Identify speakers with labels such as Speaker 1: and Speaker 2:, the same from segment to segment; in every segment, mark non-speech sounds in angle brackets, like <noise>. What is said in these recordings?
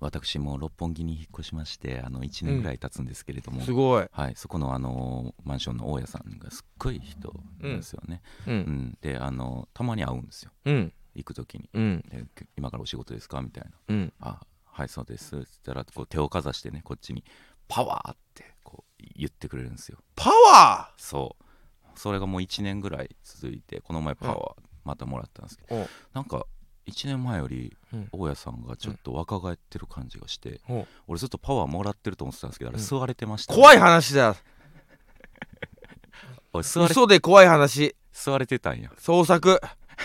Speaker 1: 私も六本木に引っ越しましてあの1年ぐらい経つんですけれども、
Speaker 2: すごい、
Speaker 1: はい、そこのあのマンションの大家さんがすっごい人なんですよね、
Speaker 2: う
Speaker 1: うん
Speaker 2: ん
Speaker 1: であのたまに会うんですよ
Speaker 2: うん
Speaker 1: 行く時に
Speaker 2: うん
Speaker 1: で「今からお仕事ですか?」みたいな
Speaker 2: うん
Speaker 1: 「あはいそうです」って言ったらこう手をかざしてねこっちに「パワー!」ってこう言ってくれるんですよ
Speaker 2: パワ
Speaker 1: そうそれがもう1年ぐらい続いてこの前パワーまたもらったんですけど、
Speaker 2: ー
Speaker 1: なんか1年前より
Speaker 2: うん
Speaker 1: 大家さんがちょっと若返ってる感じがして、
Speaker 2: おお
Speaker 1: 俺ずっとパワーもらってると思ってたんですけどあれ
Speaker 2: うん
Speaker 1: 吸われてましたね、
Speaker 2: 怖い話だ
Speaker 1: おい吸われ
Speaker 2: 嘘で怖い話
Speaker 1: 吸われてたんや
Speaker 2: 創作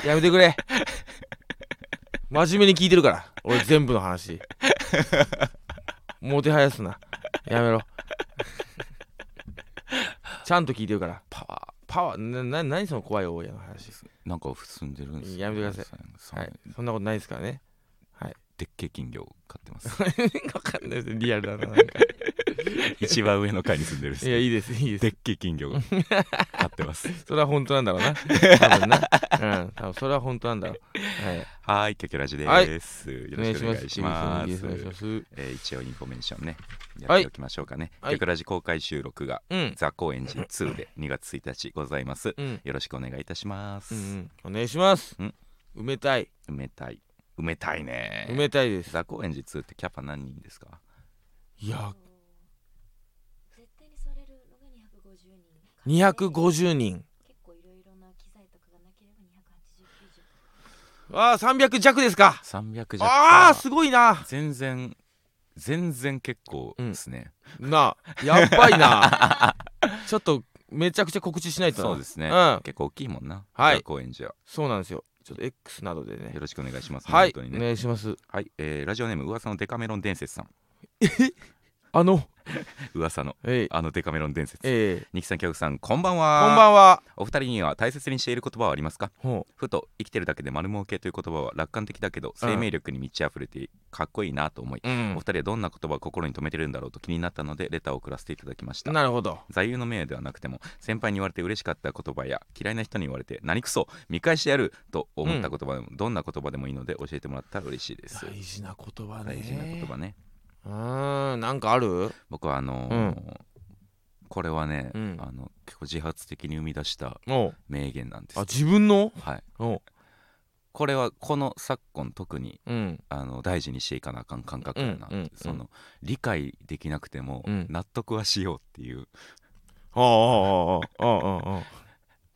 Speaker 2: やめて <laughs> くれ真面目に聞いてるから俺全部の話もてはやすなやめろちゃんと聞いてるから
Speaker 1: パワ
Speaker 2: パワーなな何その怖い大家の話
Speaker 1: ーなんか進んでるんです
Speaker 2: やめてください
Speaker 1: は
Speaker 2: はいい、そんなことないですからね
Speaker 1: でっけえ金魚を飼ってます
Speaker 2: <laughs>
Speaker 1: <laughs>
Speaker 2: わかんないですリアルだななんか
Speaker 1: 一番上の階に住んでるんですけ
Speaker 2: い
Speaker 1: ど
Speaker 2: やいいですいいです
Speaker 1: でっけえ金魚が飼ってます
Speaker 2: そ <laughs> れは本当なんだろうな多分なうん多分それは本当なんだろうはい
Speaker 1: はーいキャキャラジです、よ
Speaker 2: お願
Speaker 1: ろ
Speaker 2: い
Speaker 1: し
Speaker 2: し
Speaker 1: くお
Speaker 2: ま
Speaker 1: 願
Speaker 2: す
Speaker 1: いします
Speaker 2: お願いします
Speaker 1: えー一応インフォメーションねやっ
Speaker 2: はい
Speaker 1: ておきましょうかね、
Speaker 2: は
Speaker 1: キ
Speaker 2: い
Speaker 1: ャキャラジ公開収録が
Speaker 2: うん
Speaker 1: ザ・高円寺2で2月1日ございます
Speaker 2: うん
Speaker 1: よろしくお願いいたします、
Speaker 2: うんうんお願いします
Speaker 1: うん
Speaker 2: 埋めたい
Speaker 1: 埋めたい埋めたいね
Speaker 2: 埋めたいです
Speaker 1: ザ・高円寺2ってキャパ何人ですか
Speaker 2: いや
Speaker 3: 設定にされるのが250人
Speaker 2: 250人
Speaker 3: 結構いろいろな機材とかがなければ280 90
Speaker 2: ああ300弱ですか
Speaker 1: 300弱
Speaker 2: ああすごいな
Speaker 1: 全然全然結構ですね、
Speaker 2: なあやっばいな
Speaker 1: <laughs>
Speaker 2: ちょっとめちゃくちゃ告知しないとな
Speaker 1: そうですね、
Speaker 2: うん
Speaker 1: 結構大きいもんな、
Speaker 2: はい
Speaker 1: ザ高円寺は
Speaker 2: そうなんですよちょっと X などでね
Speaker 1: よろしくお願いします、
Speaker 2: はい
Speaker 1: 本当に
Speaker 2: お
Speaker 1: ね
Speaker 2: 願いします
Speaker 1: はい、えーラジオネーム噂のデカメロン伝説さん
Speaker 2: あの
Speaker 1: 噂の
Speaker 2: えい
Speaker 1: あのデカメロン伝説
Speaker 2: ええ
Speaker 1: 二木さん京子さんこんばん
Speaker 2: こ
Speaker 1: は
Speaker 2: んばんは
Speaker 1: お二人には大切にしている言葉はありますか
Speaker 2: ほ
Speaker 1: ふと生きてるだけで丸儲けという言葉は楽観的だけど
Speaker 2: うん
Speaker 1: 生命力に満ち溢れてかっこいいなと思い、
Speaker 2: ううん
Speaker 1: お二人はどんな言葉を心に留めてるんだろうと気になったのでレターを送らせていただきました
Speaker 2: なるほど
Speaker 1: 座右の銘ではなくても先輩に言われて嬉しかった言葉や嫌いな人に言われて何くそ見返してやると思った言葉でも、どんな言葉でもいいので教えてもらったら嬉しいです
Speaker 2: 大事な言葉ね
Speaker 1: 大事な言葉ね
Speaker 2: うーんなんかある
Speaker 1: 僕はあのーこれはね、
Speaker 2: うん
Speaker 1: あの結構自発的に生み出した
Speaker 2: おう
Speaker 1: 名言なんです
Speaker 2: あ自分の
Speaker 1: はい
Speaker 2: おう
Speaker 1: これはこの昨今特に
Speaker 2: うん
Speaker 1: あの大事にしていかなあかん感覚やなって、
Speaker 2: うんうん
Speaker 1: その理解できなくても
Speaker 2: うん
Speaker 1: 納得はしようっていう、
Speaker 2: ああああああああああ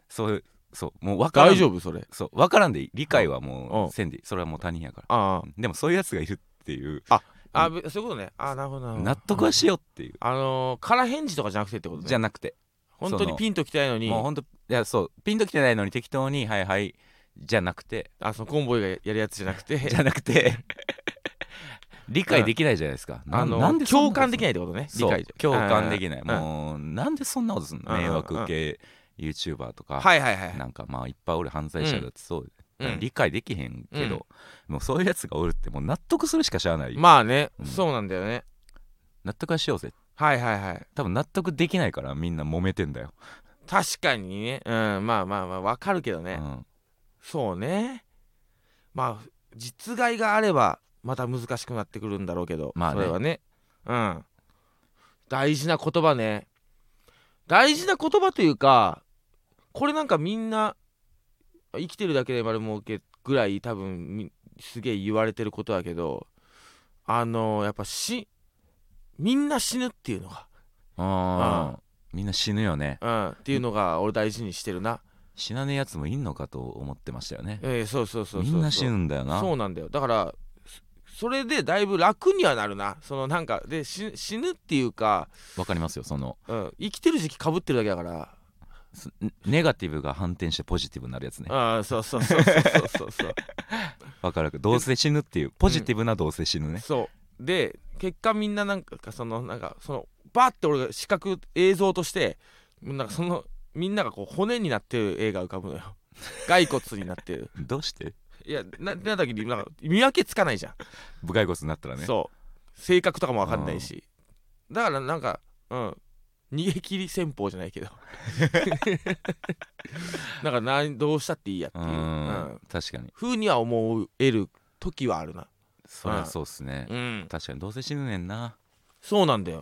Speaker 1: そういうそうもう分からん
Speaker 2: 大丈夫それ
Speaker 1: そう分からんでいい理解は
Speaker 2: う
Speaker 1: も
Speaker 2: ん
Speaker 1: うせんでいいそれはもう他人やから
Speaker 2: あ
Speaker 1: でもそういうやつがいるっていう
Speaker 2: ああべそういうことねああなるほどなるほど
Speaker 1: 納得はしようっていう
Speaker 2: あのー空返事とかじゃなくてってことね
Speaker 1: じゃなくて
Speaker 2: 本当にピンときたいのに
Speaker 1: もうほんといやそうピンときてないのに適当に「はいはい」じゃなくて
Speaker 2: あそのコンボイがやるやつじゃなくて
Speaker 1: じゃなくて
Speaker 2: <laughs>
Speaker 1: 理解できないじゃないですか、な
Speaker 2: あの
Speaker 1: なんでそんな
Speaker 2: 共
Speaker 1: こと
Speaker 2: 感でき
Speaker 1: す
Speaker 2: ないってことね
Speaker 1: んの
Speaker 2: 理解
Speaker 1: そう共感できない
Speaker 2: うん
Speaker 1: もうなんでそんなことすんの
Speaker 2: うんうんうん
Speaker 1: 迷惑系 YouTuber とか
Speaker 2: はいはいはい
Speaker 1: なんかまあいっぱいおる犯罪者だってそう、
Speaker 2: うん
Speaker 1: 理解できへんけど、もうそういうやつがおるってもう納得するしかしゃあない、
Speaker 2: まあね、
Speaker 1: うん
Speaker 2: そうなんだよね
Speaker 1: 納得はしようぜ
Speaker 2: はいはいはい
Speaker 1: 多分納得できないからみんな揉めてんだよ、
Speaker 2: 確かにねうんまあまあまあわかるけどね、
Speaker 1: うん
Speaker 2: そうねまあ実害があればまた難しくなってくるんだろうけど、
Speaker 1: まあね
Speaker 2: それはねうん大事な言葉ね大事な言葉というかこれなんかみんな生きてるだけで丸儲けぐらい多分みすげえ言われてることだけどあのやっぱ死みんな死ぬっていうのが、
Speaker 1: ああみんな死ぬよね
Speaker 2: うん、っていうのが俺大事にしてるな、
Speaker 1: 死なねえやつもいんのかと思ってましたよね
Speaker 2: ええそうそうそうそうそう
Speaker 1: みんな死ぬんだよな
Speaker 2: そうなんだよだからそそれでだいぶ楽にはなるなそのなんかでし死ぬっていうか、
Speaker 1: わかりますよその
Speaker 2: うん、生きてる時期かぶってるだけだから、
Speaker 1: すネガティブが反転してポジティブになるやつね
Speaker 2: ああそうそうそうそうそうそう
Speaker 1: わかるどうせ死ぬっていうポジティブなどうせ死ぬ <laughs> ね、
Speaker 2: そうで結果みんななんかそのなんかそのバーって俺が視覚映像としてなんかそのみんながこう骨になってる絵が浮かぶのよ骸骨になってる
Speaker 1: どうして
Speaker 2: いやななだけになんか見分けつかないじゃん
Speaker 1: 部外骨になったらね
Speaker 2: そう性格とかも分かんないし、だからなんかうん逃げ切り戦法じゃないけ
Speaker 1: <laughs>
Speaker 2: どなんかなんどうしたっていいやっていうう、
Speaker 1: ーん
Speaker 2: うん、
Speaker 1: 確かに
Speaker 2: 風には思える時はあるな
Speaker 1: そりゃそうっすね、
Speaker 2: うん
Speaker 1: 確かにどうせ死ぬねんな
Speaker 2: そうなんだよ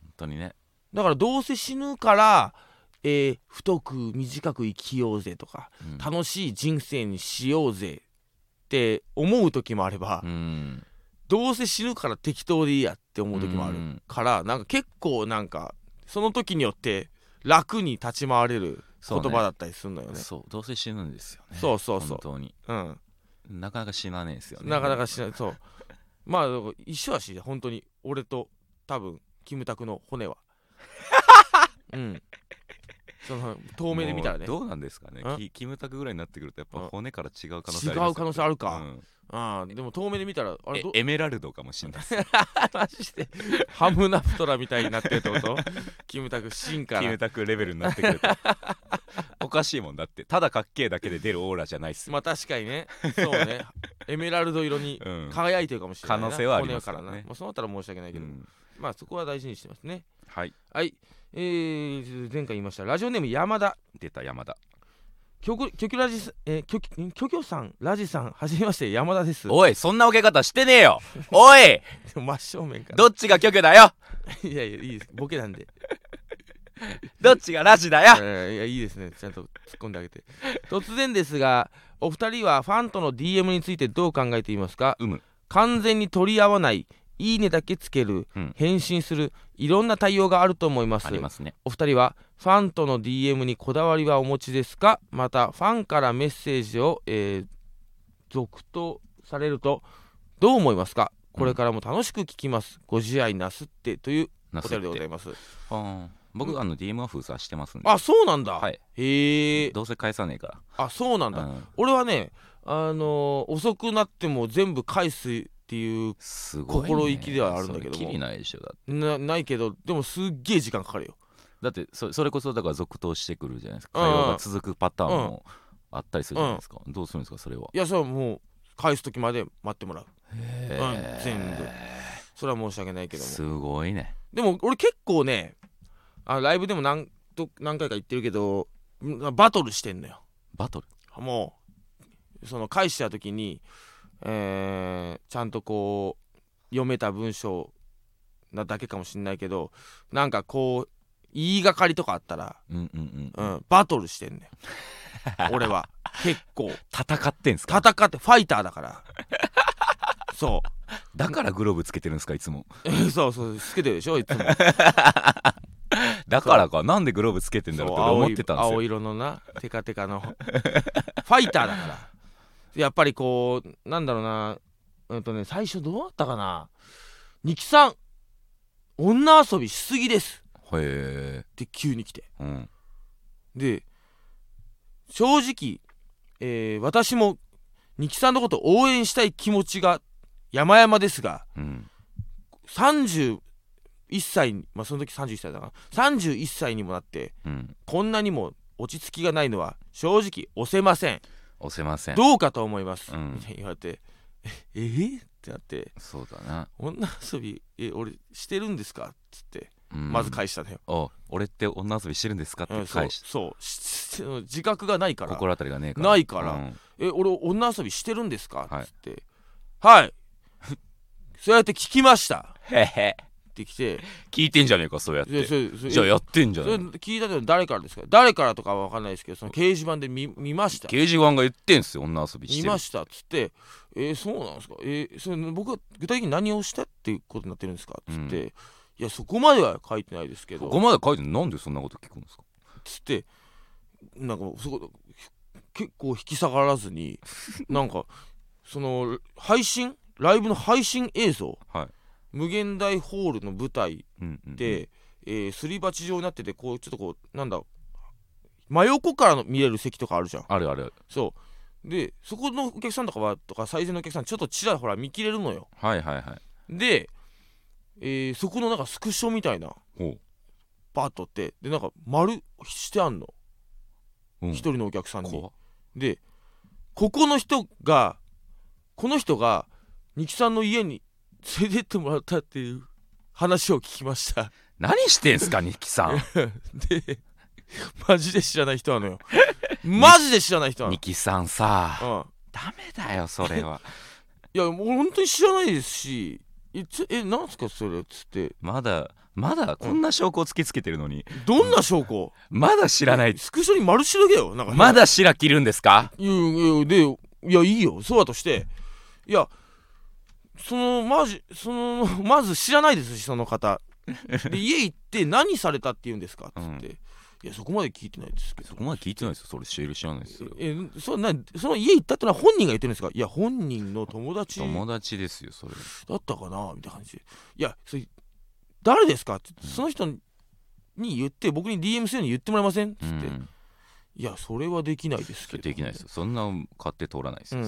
Speaker 1: 本当にね
Speaker 2: だからどうせ死ぬから、えー太く短く生きようぜとか、
Speaker 1: うん
Speaker 2: 楽しい人生にしようぜって思う時もあれば、
Speaker 1: うん
Speaker 2: どうせ死ぬから適当でいいやって思う時もある
Speaker 1: うん
Speaker 2: から、なんか結構なんかその時によって楽に立ち回れる
Speaker 1: そ
Speaker 2: 言
Speaker 1: うね
Speaker 2: 葉だったりするのよね
Speaker 1: そうどうせ死ぬんですよね
Speaker 2: そうそうそう
Speaker 1: 本当に
Speaker 2: うん
Speaker 1: なかなか死なねえですよね
Speaker 2: なかなかしないそうまあ一緒やし本当に俺と多分キムタクの骨
Speaker 1: <laughs>
Speaker 2: はうんその遠目で見たらね
Speaker 1: もうどうなんですかね
Speaker 2: ん
Speaker 1: キキムタクぐらいになってくるとやっ
Speaker 2: う
Speaker 1: ぱ
Speaker 2: ん
Speaker 1: 骨から違う可能性ありますよ
Speaker 2: 違う可能性あるか、
Speaker 1: うん
Speaker 2: ああでも遠目で見たらあれ
Speaker 1: え <laughs>
Speaker 2: ど
Speaker 1: エメラルドかもしれ
Speaker 2: <laughs>
Speaker 1: ないですね
Speaker 2: マジでハムナプトラみたいになってるってことキムタク進化
Speaker 1: キムタクレベルになってくると <laughs> おかしいもんだってただかっけえだけで出るオーラじゃないっすよ、
Speaker 2: <laughs> まあ確かにねそうねエメラルド色
Speaker 1: <laughs>
Speaker 2: に
Speaker 1: うん
Speaker 2: 輝いてるかもしれないな
Speaker 1: 可能性はあります
Speaker 2: 骨
Speaker 1: から
Speaker 2: や
Speaker 1: ね
Speaker 2: からなもうそうなったら申し訳ないけど、
Speaker 1: うん
Speaker 2: まあそこは大事にしてますね
Speaker 1: はい
Speaker 2: はいえー、前回言いましたラジオネーム山田
Speaker 1: 出た山田
Speaker 2: キョコキョキョラジさんえーキョキんキョキョさんラジさんはじめまして山田です
Speaker 1: おいそんな受け方してねえよお <laughs> い
Speaker 2: 真正面から
Speaker 1: どっちが虚虚だよ
Speaker 2: いやいやいいですボケな
Speaker 1: <laughs>
Speaker 2: んで、
Speaker 1: どっちがラジだよ
Speaker 2: えーいやいいですねちゃんと突っ込んであげて突然ですがお二人はファンとの DM についてどう考えていますか
Speaker 1: うむ
Speaker 2: 完全に取り合わないいいねだけつける、
Speaker 1: うん
Speaker 2: 返信するいろんな対応があると思います
Speaker 1: ありますね
Speaker 2: お二人はファンとの DM にこだわりはお持ちですかまたファンからメッセージを、えー続投されるとどう思いますかこれからも楽しく聞きます、ご自愛なすってという
Speaker 1: な
Speaker 2: お
Speaker 1: す
Speaker 2: 便
Speaker 1: っ
Speaker 2: りでござ
Speaker 1: て
Speaker 2: います
Speaker 1: あー僕あの DM は封鎖してますんで
Speaker 2: あそうなんだ、
Speaker 1: はい
Speaker 2: へえ
Speaker 1: どうせ返さねえか
Speaker 2: あそうなん
Speaker 1: ら、
Speaker 2: だ、
Speaker 1: うん
Speaker 2: 俺はねあのー遅くなっても全部返すっていう
Speaker 1: すごい、ね、
Speaker 2: 心意気ではあるんだけども
Speaker 1: それきりないでしょだって
Speaker 2: なないけどでもすっげえ時間かかるよ
Speaker 1: だってそそれこそだから続投してくるじゃないですか
Speaker 2: うん
Speaker 1: 会話が続くパターンもあったりするじゃないですか、どうするんですかそれはい
Speaker 2: やそれはもう返す時まで待ってもらう
Speaker 1: へ
Speaker 2: うん全部それは申し訳ないけども
Speaker 1: すごいね
Speaker 2: でも俺結構ねあライブでも何と何回か言ってるけどんバトルしてんのよ
Speaker 1: バトル
Speaker 2: もうその返した時に、えーちゃんとこう読めた文章なだけかもしんないけどなんかこう言いがかりとかあったら、
Speaker 1: うんうんう
Speaker 2: うんん、バトルしてんねん俺は結構
Speaker 1: 戦ってんす
Speaker 2: 戦
Speaker 1: か
Speaker 2: ってファイターだからそう
Speaker 1: だからグローブつけてるんですかいつも
Speaker 2: <laughs> そうそうつけてるでしょ
Speaker 1: <laughs>
Speaker 2: いつも
Speaker 1: だからかなんでグローブつけてんだろうって俺思ってたんです
Speaker 2: そう青い
Speaker 1: よ
Speaker 2: 青色のなテカテカの <laughs> ファイターだからやっぱりこうなんだろうなうんとね最初どうだったかな「二木さん女遊びしすぎです」
Speaker 1: へえ
Speaker 2: って急に来て
Speaker 1: うん
Speaker 2: で正直、えー私も二木さんのこと応援したい気持ちが山々ですが
Speaker 1: うん
Speaker 2: 31歳にまあその時31歳だな31歳にもなって
Speaker 1: うん
Speaker 2: こんなにも落ち着きがないのは正直押せません
Speaker 1: 押せません
Speaker 2: どうかと思います、
Speaker 1: うん
Speaker 2: みたいに言われて「え <laughs> えってなって
Speaker 1: そうだな、
Speaker 2: 「女遊びえ俺してるんですか?」っつって
Speaker 1: うん
Speaker 2: まず返したのよ、
Speaker 1: お俺って女遊びしてるんですかって
Speaker 2: うんそう
Speaker 1: 返し
Speaker 2: そうしし <laughs> 自覚がないから
Speaker 1: 心当たりがねえから
Speaker 2: ないから
Speaker 1: うん
Speaker 2: 「え俺女遊びしてるんですか?」
Speaker 1: はい
Speaker 2: っつって「はい、 <laughs> そうやって聞きました」
Speaker 1: へへ
Speaker 2: って来て
Speaker 1: 聞いてんじゃねえかそうやっ
Speaker 2: 「いや
Speaker 1: て
Speaker 2: それそれ
Speaker 1: じゃあやってんじゃ
Speaker 2: そ
Speaker 1: ね
Speaker 2: れ
Speaker 1: え
Speaker 2: 聞いたけど誰からですか誰からとかは分かんないですけどその掲示板で見見ました」
Speaker 1: 刑事版が言ってんすよ女遊びして
Speaker 2: 見
Speaker 1: る
Speaker 2: ましたっつって「えーそうなんですかえーそれ僕は具体的に何をしたっていうことになってるんですか?」っつって「
Speaker 1: う
Speaker 2: いやそこまでは書いてないですけ
Speaker 1: そ
Speaker 2: ど
Speaker 1: こ」まで書いてなんでそんなこと聞くんですか
Speaker 2: つってなんかそこ結構引き下がら
Speaker 1: <laughs>
Speaker 2: ずになんかその配信ライブの配信映像、
Speaker 1: はい
Speaker 2: 無限大ホールの舞台
Speaker 1: うんうん
Speaker 2: で、えーすり鉢状になっててこうちょっとこうなんだ真横からの見れる席とかあるじゃん。
Speaker 1: あるある
Speaker 2: そうでそこのお客さんとかはとか最善のお客さんちょっとちらほら見切れるのよ
Speaker 1: はいはいはい
Speaker 2: で、えーそこのなんかスクショみたいな
Speaker 1: ほ
Speaker 2: バーッとってでなんか丸してあんの
Speaker 1: う、うん、
Speaker 2: 一、人のお客さんに
Speaker 1: 怖っ
Speaker 2: でここの人がこの人が二木さんの家に連れてってもらったっていう話を聞きました
Speaker 1: 何してんすかニキさん
Speaker 2: でマジで知らない人
Speaker 1: <laughs>
Speaker 2: なのよマジで知らない人な
Speaker 1: ニキさんさ
Speaker 2: の、 <laughs>
Speaker 1: ダメだよそれは
Speaker 2: いやもう本当に知らないですしえつえなんすかそれっつって
Speaker 1: まだまだこんな証拠を突きつけてるのに、
Speaker 2: どんな証拠
Speaker 1: まだ知らない
Speaker 2: スクショに丸白げよなんか
Speaker 1: まだ白切るんですか
Speaker 2: いやいやでいやいいよそうだとしていやそのまじその <laughs> まず知らないですしその方で家行って何されたって言うんですかっつって、いやそこまで聞いてないですけど
Speaker 1: そこまで聞いてないですよそれ知る知らないですよ
Speaker 2: えそなその家行ったってのは本人が言ってるんですかいや本人の友達だ
Speaker 1: 友達ですよそれ
Speaker 2: ったかなみたいな感じでいやそれ誰ですかって
Speaker 1: うん
Speaker 2: その人に言って僕に DM するように言ってもらえませんっつって、
Speaker 1: うん
Speaker 2: いやそれはできないです
Speaker 1: そ
Speaker 2: け
Speaker 1: れ
Speaker 2: ど
Speaker 1: できないですよそんな買って通らないですよ、
Speaker 2: う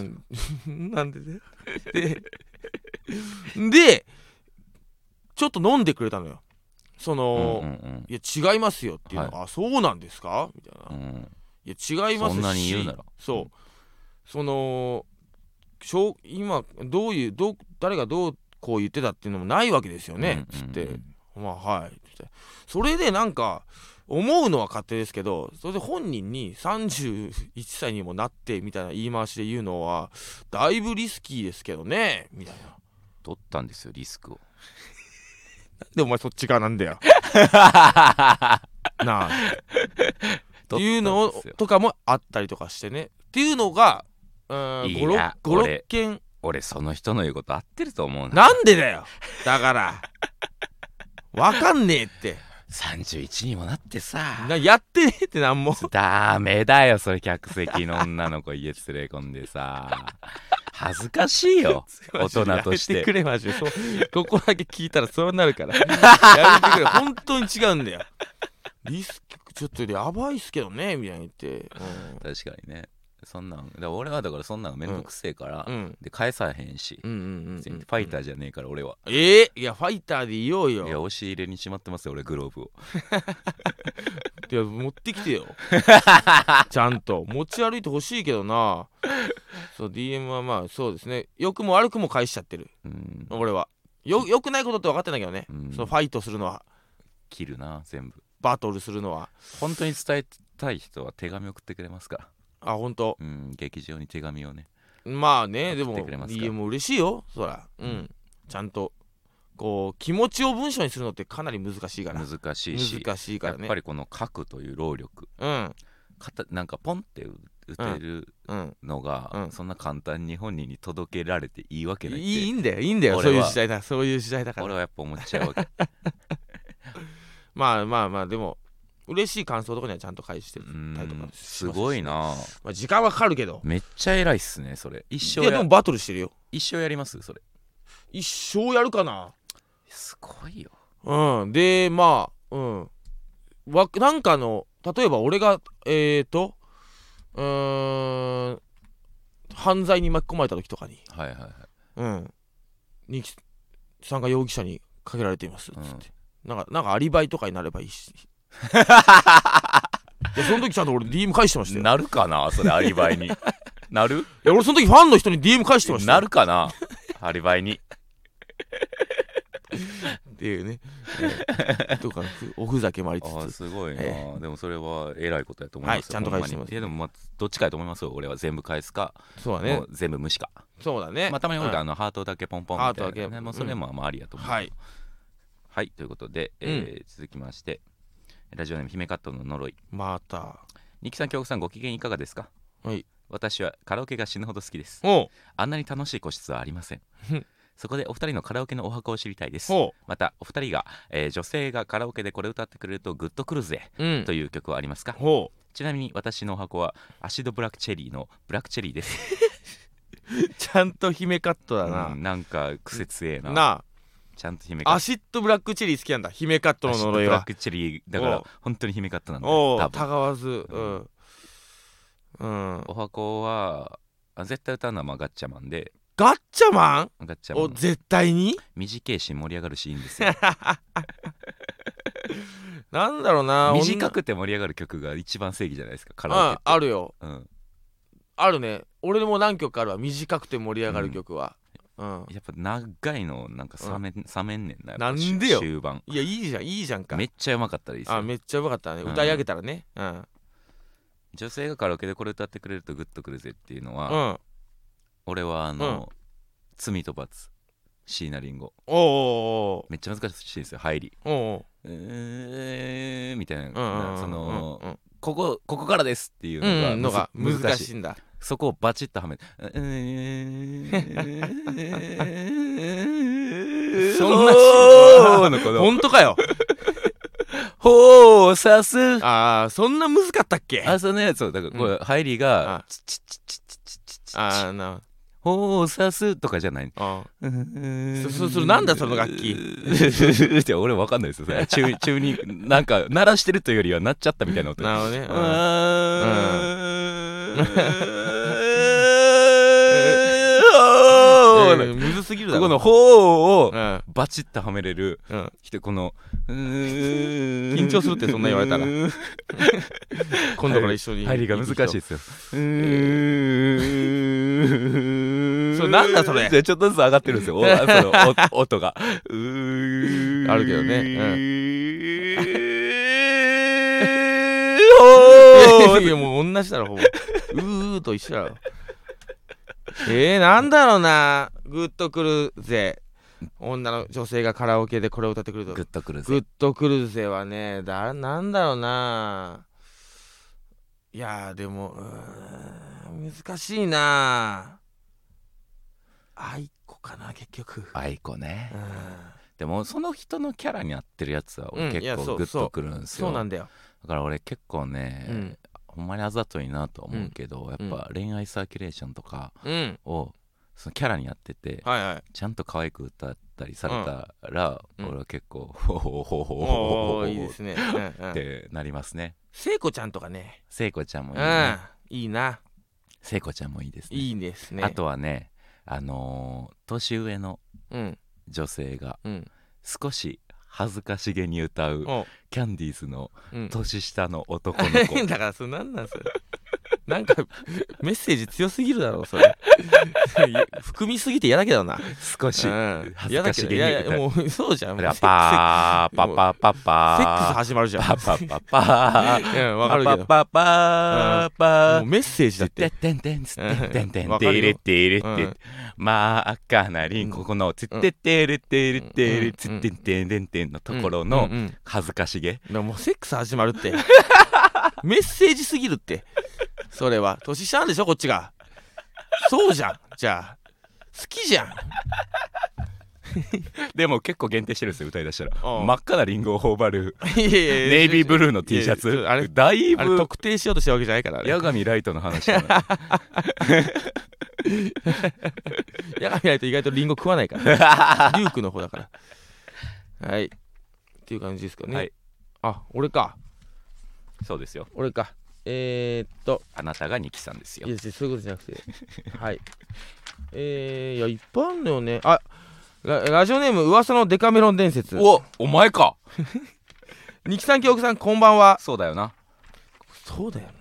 Speaker 2: ん <laughs> なんでねででちょっと飲んでくれたのよそ
Speaker 1: うん
Speaker 2: の、
Speaker 1: うん
Speaker 2: いや違いますよっていうのが、あそうなんですかみたいな、
Speaker 1: う
Speaker 2: い
Speaker 1: んうん
Speaker 2: や違いま
Speaker 1: そ
Speaker 2: すし
Speaker 1: んなに言うなら
Speaker 2: そうそのしょう今どういうどう誰がどうこう言ってたっていうのもないわけですよね、
Speaker 1: うんうんうん
Speaker 2: つってまあはいって言ってそれでなんか思うのは勝手ですけどそれで本人に31歳にもなってみたいな言い回しで言うのはだいぶリスキーですけどねみたいな
Speaker 1: 取ったんですよリスクを
Speaker 2: でお前そっち側なんだよ <laughs> なあっていう
Speaker 1: 取ったん
Speaker 2: のを
Speaker 1: ですよ
Speaker 2: とかもあったりとかしてねっていうのがうん
Speaker 1: いいな
Speaker 2: 56
Speaker 1: 俺
Speaker 2: 件
Speaker 1: 俺その人の言うこと合ってると思うな
Speaker 2: なんでだよだからわかんねえって
Speaker 1: 31にもなってさ
Speaker 2: なやってねえってなんも
Speaker 1: ダメだよそれ客席の女の子家連れ込んでさ恥ずかしいよ <laughs> 大人として
Speaker 2: やめてくれマジでそうここだけ聞いたらそうなるか
Speaker 1: <laughs>
Speaker 2: らやめてくれ本当に違うんだよリスクちょっとやばいっすけどねみたいに言って
Speaker 1: 確かにねそんなんだから俺はだからそんなんめんどくせえから、
Speaker 2: うんうん
Speaker 1: で返さへんし、
Speaker 2: うんうんうん
Speaker 1: 別にファイタ
Speaker 2: ー
Speaker 1: ーじゃねえから俺は、
Speaker 2: ええいやファイターでいようよ
Speaker 1: いや押し入れにしまってますよ俺グローブを
Speaker 2: いや持ってき
Speaker 1: <laughs>
Speaker 2: てよちゃんと持ち歩いてほしいけどなそう DM はまあそうですね良くも悪くも返しちゃってる
Speaker 1: うん
Speaker 2: 俺はよ良くないことって分かってんだけどね、
Speaker 1: うん
Speaker 2: そのファイトするのは
Speaker 1: 切るな全部
Speaker 2: バトルするのは
Speaker 1: 本当に伝えたい人は手紙送ってくれますから
Speaker 2: あ本当
Speaker 1: うん劇場に手紙をね
Speaker 2: まあねで
Speaker 1: 送っ
Speaker 2: も
Speaker 1: てくれますか
Speaker 2: DM 嬉しいよそらうん、
Speaker 1: うん
Speaker 2: ちゃんとこう気持ちを文章にするのってかなり難しいから
Speaker 1: 難しいし
Speaker 2: 難しいか
Speaker 1: や
Speaker 2: ら
Speaker 1: っ
Speaker 2: ね
Speaker 1: ぱりこの書くという労力
Speaker 2: うん
Speaker 1: かたなんかポンって打てる
Speaker 2: うん
Speaker 1: のが、
Speaker 2: うん
Speaker 1: そんな簡単に本人に届けられていいわけないって
Speaker 2: いいいんだよいいんだよそ
Speaker 1: 俺
Speaker 2: ういう
Speaker 1: は
Speaker 2: 時代だそういう時代だから
Speaker 1: 俺はやっぱ思っちゃ
Speaker 2: <laughs>
Speaker 1: うわけ、
Speaker 2: まあまあまあでも嬉しい感想とかにはちゃんと返して
Speaker 1: う
Speaker 2: るタイとか
Speaker 1: ん、
Speaker 2: します
Speaker 1: すごいな
Speaker 2: まあ、時間はかかるけど
Speaker 1: めっちゃ偉いっすねそれ一
Speaker 2: い
Speaker 1: 生
Speaker 2: や
Speaker 1: や
Speaker 2: でもバトルしてるよ
Speaker 1: 一生やりますそれ
Speaker 2: 一生やるかな
Speaker 1: すごいよ
Speaker 2: うんでまあうんわなんかの例えば俺がえーとうーん犯罪に巻き込まれた時とかに
Speaker 1: はいはいはい
Speaker 2: うんにさんが容疑者にかけられていますっつ
Speaker 1: う
Speaker 2: っ
Speaker 1: ん
Speaker 2: て、なんかなんかアリバイとかになればいい <laughs> しいやその時ちゃんと俺 DM 返してましたよ
Speaker 1: なるかなそれアリバ
Speaker 2: <laughs>
Speaker 1: イになる
Speaker 2: いや俺その時ファンの人に DM 返してましたよ
Speaker 1: なるかなアリバイに
Speaker 2: っていうね、えーとかふおふざけもあり
Speaker 1: あ
Speaker 2: つ
Speaker 1: ー
Speaker 2: つ
Speaker 1: すごいな、
Speaker 2: え
Speaker 1: でもそれは偉いことやと思いますよ、
Speaker 2: はいちゃんと
Speaker 1: ほまに
Speaker 2: 返してます
Speaker 1: いやでもまあどっちかやと思いますよ俺は全部返すか、
Speaker 2: そうだね
Speaker 1: もう全部無視か、
Speaker 2: そうだね
Speaker 1: まあ、たまに俺、
Speaker 2: うん
Speaker 1: あのハートだけポンポンみたいな、ね、
Speaker 2: ハートだけ
Speaker 1: もうそれもまあありやと思う、
Speaker 2: はい
Speaker 1: はいということで、えー続きましてラジオネーム姫カットの呪い
Speaker 2: また
Speaker 1: ニキさん京子さんご機嫌いかがですか
Speaker 2: はい
Speaker 1: 私はカラオケが死ぬほど好きです
Speaker 2: おう
Speaker 1: あんなに楽しい個室はありません
Speaker 2: ふん
Speaker 1: そこでお二人のカラオケのお箱を知りたいです
Speaker 2: お
Speaker 1: またお二人が、えー女性がカラオケでこれ歌ってくれるとグッとくるぜ
Speaker 2: ううん
Speaker 1: という曲はありますか
Speaker 2: ほう
Speaker 1: ちなみに私のお箱はアシドブラックチェリーのブラックチェリーです、
Speaker 2: ちゃんと姫カットだ
Speaker 1: う、
Speaker 2: なん
Speaker 1: なんか癖強えな
Speaker 2: な
Speaker 1: ちゃんと姫
Speaker 2: あ
Speaker 1: カ
Speaker 2: ア
Speaker 1: ッ
Speaker 2: シッドブラックチェリー好きなんだ姫カット
Speaker 1: ト
Speaker 2: の呪い
Speaker 1: ブラッ
Speaker 2: は
Speaker 1: クチェリーだから
Speaker 2: お
Speaker 1: 本当に姫カットなんだ
Speaker 2: お
Speaker 1: よ
Speaker 2: う
Speaker 1: 多
Speaker 2: た
Speaker 1: 分
Speaker 2: がわずうんん、うん、
Speaker 1: お箱はあ絶対歌うのはまあガッチャマンで
Speaker 2: ガッチャマン
Speaker 1: ガッチャマ
Speaker 2: お
Speaker 1: ン
Speaker 2: 絶対に
Speaker 1: 短いし盛り上がるしいいんですよ
Speaker 2: なんだろうな
Speaker 1: 短くて盛り上がる曲が一番正義じゃないですかカ
Speaker 2: 女
Speaker 1: ラオ
Speaker 2: う
Speaker 1: ケ
Speaker 2: んあるよ
Speaker 1: うん、
Speaker 2: あるね俺も何曲かあるわ短くて盛り上がる曲はうん、
Speaker 1: やっぱ長いのなんか冷め,、冷めんねんなやっぱ
Speaker 2: なんでよ
Speaker 1: 終盤
Speaker 2: いやいいじゃんいいじゃんか
Speaker 1: めっちゃうまかったらいいです
Speaker 2: あ
Speaker 1: よ
Speaker 2: めっちゃうまかったね
Speaker 1: うん
Speaker 2: 歌い上げたらねうん、うん
Speaker 1: 女性がカラオケでこれ歌ってくれるとグッとくるぜっていうのは、俺はあの、罪と罰椎名林檎
Speaker 2: おう
Speaker 1: めっちゃ難しいですよ入り
Speaker 2: おうおうおう
Speaker 1: うーんみたいな、
Speaker 2: うんうんうんうん
Speaker 1: その、
Speaker 2: うん
Speaker 1: ここここからですっていう
Speaker 2: うんうんの
Speaker 1: の
Speaker 2: が
Speaker 1: がむず
Speaker 2: 難しいんだ
Speaker 1: そこをバチッとはめて「うーん
Speaker 2: そんな
Speaker 1: ほーのこの
Speaker 2: 本当かよ
Speaker 1: 「ほうさす」
Speaker 2: ああそんな難かったっけあ
Speaker 1: あそのやつをだからこ
Speaker 2: う
Speaker 1: れ入り
Speaker 2: あ
Speaker 1: が「チッチッチッチッチッチッチッチッチッ
Speaker 2: あな
Speaker 1: ほうさす」とかじゃない
Speaker 2: あー
Speaker 1: そ
Speaker 2: そそそれなんだその楽器
Speaker 1: いや俺わかんないですよそれ中中になんか鳴らしてるというよりは鳴っちゃった <laughs> みたいな音
Speaker 2: なるほどね
Speaker 1: う
Speaker 2: うん
Speaker 1: <laughs> ーん
Speaker 2: えーむずすぎるだ
Speaker 1: ここ
Speaker 2: ろ
Speaker 1: の「ほう」を
Speaker 2: うん
Speaker 1: バチッとはめれる
Speaker 2: うん
Speaker 1: 人こ
Speaker 2: <laughs>
Speaker 1: の「緊
Speaker 2: 緊張するってそんな言われ <laughs> たら今度から一緒に
Speaker 1: 入りが難しいですよ。 <laughs>
Speaker 2: それなんだそれ
Speaker 1: でちょっとずつ上がってるんですよ。お
Speaker 2: <laughs>
Speaker 1: そのお音が。うー
Speaker 2: あるけどね
Speaker 1: お
Speaker 2: <laughs> い
Speaker 1: ー
Speaker 2: やもう同じだ
Speaker 1: <laughs>
Speaker 2: ろほぼうーと一緒だろえー、なんだろうなグッとくるぜ女の女性がカラオケでこれを歌ってくると
Speaker 1: グ
Speaker 2: グ
Speaker 1: ッとくるぜ
Speaker 2: ッとくるぜはねだなんだろうないやーでもうーん難しいなあいこかな結局
Speaker 1: あいこね
Speaker 2: うん
Speaker 1: でもその人のキャラに合ってるやつは
Speaker 2: う
Speaker 1: 俺
Speaker 2: んいや
Speaker 1: 結
Speaker 2: そ
Speaker 1: 構
Speaker 2: う
Speaker 1: グッとくるんですよ、
Speaker 2: そうな
Speaker 1: だ
Speaker 2: んだよ、
Speaker 1: から俺結構ね、
Speaker 2: うん
Speaker 1: ほんまにあざといなと思うけど、
Speaker 2: うん
Speaker 1: やっぱ恋愛サーキュレーションとか
Speaker 2: うん
Speaker 1: をそのキャラに合ってて、
Speaker 2: はいはい
Speaker 1: ちゃんと可愛く歌ったりされたら、
Speaker 2: うん
Speaker 1: 俺は結構、ほほほほほ
Speaker 2: お
Speaker 1: ほ
Speaker 2: ーいい
Speaker 1: っ
Speaker 2: ですね
Speaker 1: <laughs>
Speaker 2: うんうん
Speaker 1: てなりますね。
Speaker 2: 聖子ちゃんとかね
Speaker 1: 聖子ちゃんもいいね。
Speaker 2: うんいいな
Speaker 1: 聖子ちゃんもいいですね。
Speaker 2: いいですね
Speaker 1: あとはね、あのー年上の
Speaker 2: うん
Speaker 1: 女性が
Speaker 2: うん
Speaker 1: 少し恥ずかしげに歌う
Speaker 2: お
Speaker 1: キャンディーズの
Speaker 2: うん
Speaker 1: 年下の男
Speaker 2: <laughs>
Speaker 1: の子。
Speaker 2: だからそれなんなんそれなんかメッセージ強すぎるだろ
Speaker 1: <laughs>
Speaker 2: それ含みすぎて嫌だけどな
Speaker 1: 少し
Speaker 2: うん
Speaker 1: 恥ず
Speaker 2: 嫌だ
Speaker 1: か
Speaker 2: け
Speaker 1: し
Speaker 2: ど
Speaker 1: げ
Speaker 2: い
Speaker 1: に
Speaker 2: やい
Speaker 1: 歌
Speaker 2: や
Speaker 1: う。
Speaker 2: もうそうじゃん
Speaker 1: あれはパーパパパ
Speaker 2: セックス
Speaker 1: パー。
Speaker 2: 始まるじゃん
Speaker 1: パパパパー。
Speaker 2: いやわかるけど
Speaker 1: パパパパ
Speaker 2: も
Speaker 1: ー
Speaker 2: う。メッセージだ
Speaker 1: て
Speaker 2: っ
Speaker 1: って
Speaker 2: て
Speaker 1: ってんてんつってってんて
Speaker 2: うんん
Speaker 1: てれてれ
Speaker 2: う
Speaker 1: て
Speaker 2: ん
Speaker 1: まあかなりここのつってってれてれてれつってってんてんてんのところ
Speaker 2: う
Speaker 1: の
Speaker 2: んうんうんだ
Speaker 1: 恥ずかしげ
Speaker 2: からもうセックス始まる
Speaker 1: <laughs>
Speaker 2: ってメッセージすぎるってそれは年下なんでしょこっちがそうじゃんじゃあ好きじゃん
Speaker 1: でも結構限定してるんですよ歌いだしたら
Speaker 2: うん
Speaker 1: 真っ赤なリンゴを頬張るネ
Speaker 2: ネ
Speaker 1: イビーブルーの T シャツ
Speaker 2: あれ
Speaker 1: だい
Speaker 2: あれ
Speaker 1: ぶ
Speaker 2: 特定しようとしたわけじゃないからあれ
Speaker 1: 八神ライトの話だな
Speaker 2: やがみないと意外とリンゴ食わな
Speaker 1: <laughs>
Speaker 2: いからリュークの方だからはいっていう感じですかね、
Speaker 1: はい
Speaker 2: あ俺か
Speaker 1: そうですよ
Speaker 2: 俺かえー、っと
Speaker 1: あなたがニキさんですよ
Speaker 2: いや違うそういうことじゃなくてはいえー、いやいっぱいあるのよねあララジオネーム噂のデカメロン伝説
Speaker 1: おお前か
Speaker 2: 二木さん京子さんこんばんは
Speaker 1: そうだよな
Speaker 2: そうだよね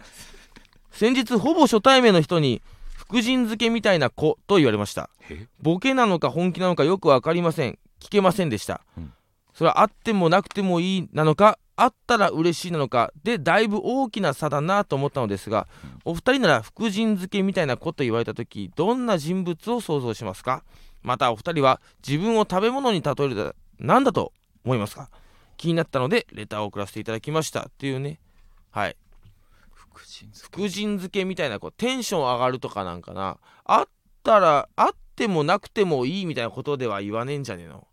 Speaker 2: 先日ほぼ初対面の人に福神漬けみたいな子と言われました
Speaker 1: え
Speaker 2: ボケなのか本気なのかよく分かりません聞けませんでした、
Speaker 1: うん
Speaker 2: それはあってもなくてもいいなのかあったら嬉しいなのかでだいぶ大きな差だなと思ったのですが、お二人なら福神漬けみたいなこと言われた時どんな人物を想像しますかまたお二人は自分を食べ物に例えると何だと思いますか気になったのでレターを送らせていただきましたっていうねはい
Speaker 1: 福神漬
Speaker 2: 福神漬けみたいなこうテンション上がるとかなんかなあったらあってもなくてもいいみたいなことでは言わねえんじゃねえの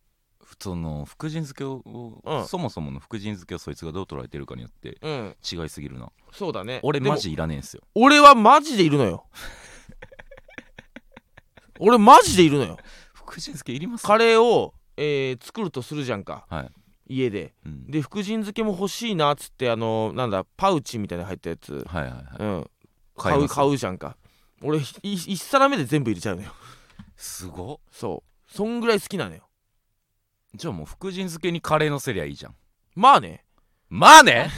Speaker 1: その福神漬けを
Speaker 2: うん
Speaker 1: そもそもの福神漬けをそいつがどう捉えてるかによって
Speaker 2: うん
Speaker 1: 違いすぎるな
Speaker 2: そうだね
Speaker 1: 俺
Speaker 2: でも
Speaker 1: マジいらねえんすよ
Speaker 2: 俺はマジでいるの <laughs> よ俺マジでいるのよ
Speaker 1: 福神漬けいります
Speaker 2: カレーを、えー作るとするじゃんか
Speaker 1: はい、
Speaker 2: 家で
Speaker 1: うん、
Speaker 2: で福神漬けも欲しいなっつってあのなんだパウチみたいなの入ったやつ、
Speaker 1: はいはいはい
Speaker 2: うん
Speaker 1: 買
Speaker 2: 買
Speaker 1: いうます
Speaker 2: 買うじゃんか俺い一皿目で全部入れちゃうのよ
Speaker 1: すごっ
Speaker 2: そうそんぐらい好きなのよ
Speaker 1: じゃあもう福神漬けにカレーのせりゃいいじゃん
Speaker 2: まあね
Speaker 1: まあ
Speaker 2: <laughs>
Speaker 1: ね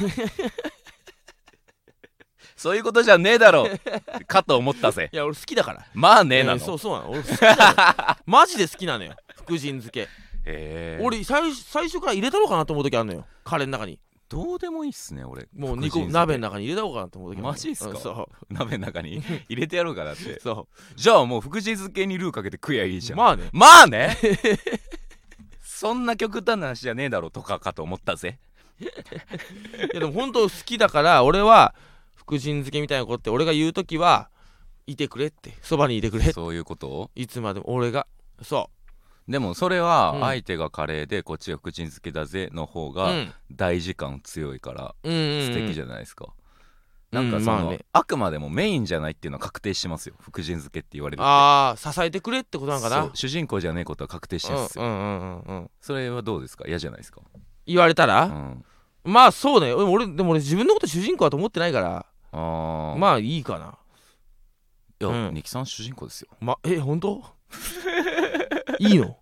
Speaker 1: そういうことじゃねえだろうかと思ったぜ
Speaker 2: いや俺好きだから
Speaker 1: まあねえなの、
Speaker 2: えーそうそうなの俺好き
Speaker 1: <laughs>
Speaker 2: なのマジで好きなのよ福神漬け、
Speaker 1: えー
Speaker 2: 俺最最初から入れたろうかなと思う時あるのよカレーの中に
Speaker 1: どうでもいいっすね俺
Speaker 2: も
Speaker 1: 福
Speaker 2: う
Speaker 1: 神
Speaker 2: 肉
Speaker 1: 漬け
Speaker 2: 鍋の中に入れたおうかなと思う時もある
Speaker 1: マジっすか
Speaker 2: うんそ
Speaker 1: <laughs> 鍋の中に入れてやろうかなっ
Speaker 2: う
Speaker 1: て
Speaker 2: そ
Speaker 1: じゃあもう福神漬けにルーかけて食えやいいじゃ
Speaker 2: う
Speaker 1: ん
Speaker 2: まあね
Speaker 1: まあね <laughs> そんな極端な話じゃねえだろとかかと思ったぜ
Speaker 2: いやでも本当好きだから俺は福神漬けみたいなことって俺が言う時はいてくれってそばにいてくれ
Speaker 1: そういうこと
Speaker 2: いつまでも俺がそ
Speaker 1: でもそれ
Speaker 2: う
Speaker 1: は
Speaker 2: ん
Speaker 1: 相手がカレーでこっちが福神漬けだぜの方
Speaker 2: うう
Speaker 1: が
Speaker 2: ん
Speaker 1: 大事感強いから
Speaker 2: うんうんうん
Speaker 1: 素敵じゃないですか、なんかそ
Speaker 2: うんまあ
Speaker 1: の、
Speaker 2: ね
Speaker 1: あくまでもメインじゃないっていうのは確定してますよ福神漬けって言われるって
Speaker 2: あー支えてくれってことなんかな
Speaker 1: そう主人公じゃねえことは確定してるんですよ、
Speaker 2: うんうんうんうんうん
Speaker 1: それはどうですか嫌じゃないですか、
Speaker 2: 言われた
Speaker 1: う
Speaker 2: ら、
Speaker 1: ん、
Speaker 2: まあそうね俺俺でも俺自分のこと主人公だと思ってないから
Speaker 1: ああ
Speaker 2: まあいいかない
Speaker 1: や、
Speaker 2: うん
Speaker 1: ニキさん主人公ですよ
Speaker 2: まえ本当
Speaker 1: <laughs>
Speaker 2: いいの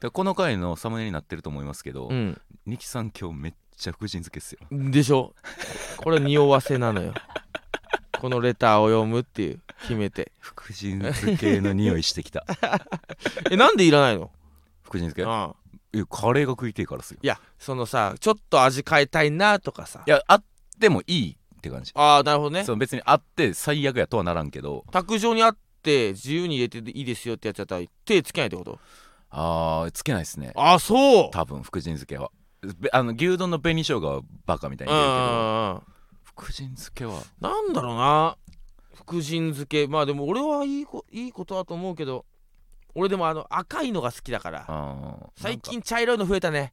Speaker 1: でこの回のサムネになってると思いますけど、
Speaker 2: うん
Speaker 1: ニキさん今日めっちゃ福神漬けっすよ
Speaker 2: でしょこれ匂わせなのよこのレターを読むっていう決めて
Speaker 1: 福神漬けの匂いしてきた <laughs>
Speaker 2: えなんでいらないの
Speaker 1: 福神漬け
Speaker 2: うん
Speaker 1: いやカレーが食いてえからっすよ
Speaker 2: いやそのさちょっと味変えたいなとかさ
Speaker 1: いやあってもいいって感じ
Speaker 2: ああなるほどね
Speaker 1: そう別にあって最悪やとはならんけど
Speaker 2: 卓上にあって自由に入れていいですよってやつやったら手つけないってこと
Speaker 1: あーつけないっすね
Speaker 2: ああそう
Speaker 1: 多分福神漬けはべあの牛丼の紅生姜はバカみたいに
Speaker 2: うんう
Speaker 1: 言
Speaker 2: ん
Speaker 1: うけど
Speaker 2: うんうん
Speaker 1: 福神漬けは
Speaker 2: なんだろうな福神漬けまあでも俺はいいこいいことだと思うけど俺でもあの赤いのが好きだから
Speaker 1: あー
Speaker 2: 最近茶色いの増えたね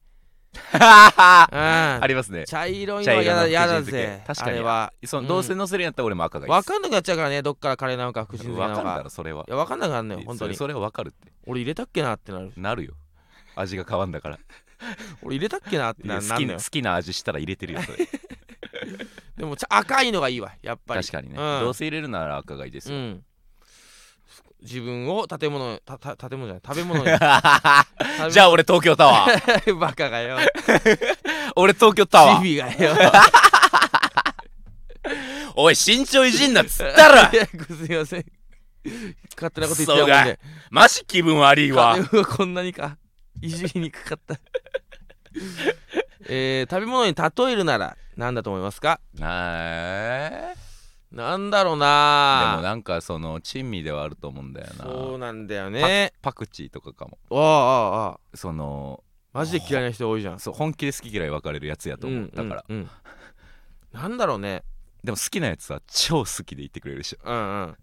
Speaker 1: なんか
Speaker 2: うん
Speaker 1: <laughs> ありますね
Speaker 2: 茶色いのは
Speaker 1: 茶色
Speaker 2: や
Speaker 1: の
Speaker 2: だ
Speaker 1: 福神
Speaker 2: やだ
Speaker 1: 漬け
Speaker 2: ぜ
Speaker 1: 確かに
Speaker 2: あれは
Speaker 1: そ
Speaker 2: うん
Speaker 1: のどうせ乗せるんやったら俺も赤がいいっ
Speaker 2: 分
Speaker 1: す
Speaker 2: かんなくなっちゃうからねどっからカレーなのか福神漬けな
Speaker 1: わか
Speaker 2: のか
Speaker 1: るだろそれはい
Speaker 2: や分かんなくなるのよ本
Speaker 1: そ
Speaker 2: 当
Speaker 1: れ
Speaker 2: に
Speaker 1: それはわかるって
Speaker 2: 俺入れたっけなってなる
Speaker 1: なるよ味が変わんだから
Speaker 2: 俺入れたっけなって
Speaker 1: いや
Speaker 2: な
Speaker 1: 好
Speaker 2: な
Speaker 1: き
Speaker 2: んの
Speaker 1: <laughs> な
Speaker 2: よ
Speaker 1: 好きな味したら入れてるよそれ
Speaker 2: でもちゃ赤いのがいいわやっぱり
Speaker 1: 確かにね、
Speaker 2: うん
Speaker 1: どうせ入れるなら赤がいいです
Speaker 2: う
Speaker 1: よ、
Speaker 2: ん自分を建物たた建物じゃない食べ物に
Speaker 1: <laughs> <laughs> じゃあ俺東京タワ
Speaker 2: <laughs>
Speaker 1: ー
Speaker 2: あバカがよ
Speaker 1: 俺東京タワー
Speaker 2: ビビがよ
Speaker 1: おい身長いじんなっつったら
Speaker 2: いや <laughs> すいません勝手なこと言ってたもんで
Speaker 1: マジ気分悪いわ
Speaker 2: かうわこんなにかいじりにくかったえー、食べ物に例えるなら何だと思いますか
Speaker 1: え
Speaker 2: なんだろ
Speaker 1: ーで
Speaker 2: う
Speaker 1: も
Speaker 2: な
Speaker 1: なんかその珍味ではあると思うんだよな
Speaker 2: そうなんだよね
Speaker 1: パクチーとかかも
Speaker 2: ああああああ
Speaker 1: その
Speaker 2: マジで嫌いな人多いじゃん
Speaker 1: そう本気で好き嫌い分かれるやつやと思う、だから、
Speaker 2: うんうんうんなんだろうね
Speaker 1: でも好きなやつは超好きで言ってくれるでしょ
Speaker 2: うんうん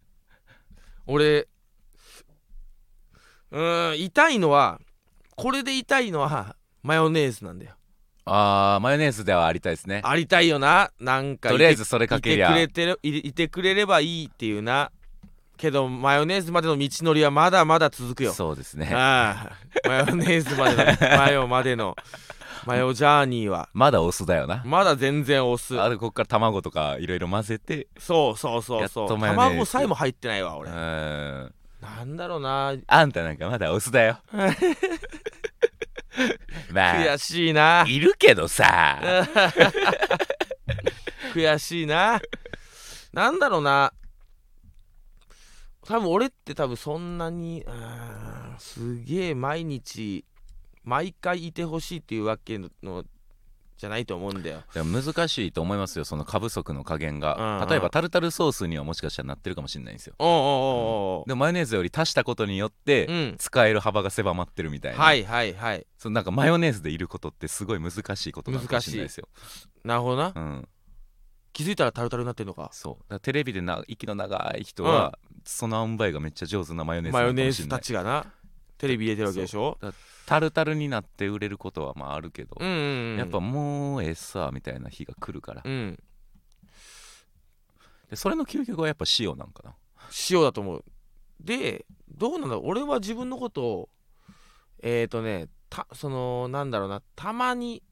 Speaker 2: 俺うーん痛いのはこれで痛いのはマヨネーズなんだよ
Speaker 1: あーマヨネーズではありたいですね
Speaker 2: ありたいよななんかい
Speaker 1: と
Speaker 2: て
Speaker 1: りあえずそれかけりゃ
Speaker 2: いてくれてるいいてくれればいいっていうなけどマヨネーズまでの道のりはまだまだ続くよ
Speaker 1: そうですね
Speaker 2: ああ <laughs> マヨネーズまでの
Speaker 1: <laughs>
Speaker 2: マヨまでのマヨジャーニーは
Speaker 1: まだお酢だよな
Speaker 2: まだ全然お酢
Speaker 1: あとこっから卵とかいろいろ混ぜて
Speaker 2: そうそうそ
Speaker 1: や
Speaker 2: う
Speaker 1: っ
Speaker 2: そう
Speaker 1: とマヨネーズ
Speaker 2: 卵さえも入ってないわ
Speaker 1: う
Speaker 2: 俺
Speaker 1: ーん
Speaker 2: なんだろうな
Speaker 1: あんたなんかまだオスだ
Speaker 2: <laughs>
Speaker 1: よ。まあ
Speaker 2: 悔、しいない
Speaker 1: るけどさ。
Speaker 2: 悔しいななんだろうな多分俺って多分そんなにうーんすげえ毎日毎回いてほしいっていうわけのじゃないと思うんだよ
Speaker 1: でも難しいと思いますよ、その過不足の加減
Speaker 2: うんう
Speaker 1: が
Speaker 2: ん。
Speaker 1: 例えばタルタルソースにはもしかしたらなってるかもしれないんですよ。
Speaker 2: おうおうおうおう
Speaker 1: でもマヨネーズより足したことによって、
Speaker 2: うん
Speaker 1: 使える幅が狭まってるみたいな、
Speaker 2: はいはいはい
Speaker 1: そのなんかマヨネーズでいることってすごい難しいことなのかもしれないですよ。
Speaker 2: なるほどな
Speaker 1: うん、
Speaker 2: 気づいたらタルタルになってんのか
Speaker 1: そうだからテレビでな息の長い人は、その塩梅がめっちゃ上手なマヨネーズ
Speaker 2: マ
Speaker 1: なの
Speaker 2: ヨ
Speaker 1: かもし
Speaker 2: ネ
Speaker 1: れない
Speaker 2: ーズたちがなテレビ入れてるわけでしょ
Speaker 1: タルタルになって売れることはまああるけど、
Speaker 2: うんうんうん
Speaker 1: やっぱもうええさみたいな日が来るから、
Speaker 2: うん
Speaker 1: でそれの究極はやっぱ塩なんかな
Speaker 2: 塩だと思うでどうなんだろう俺は自分のことをえっ、ー、とねたそのなんだろうなたまに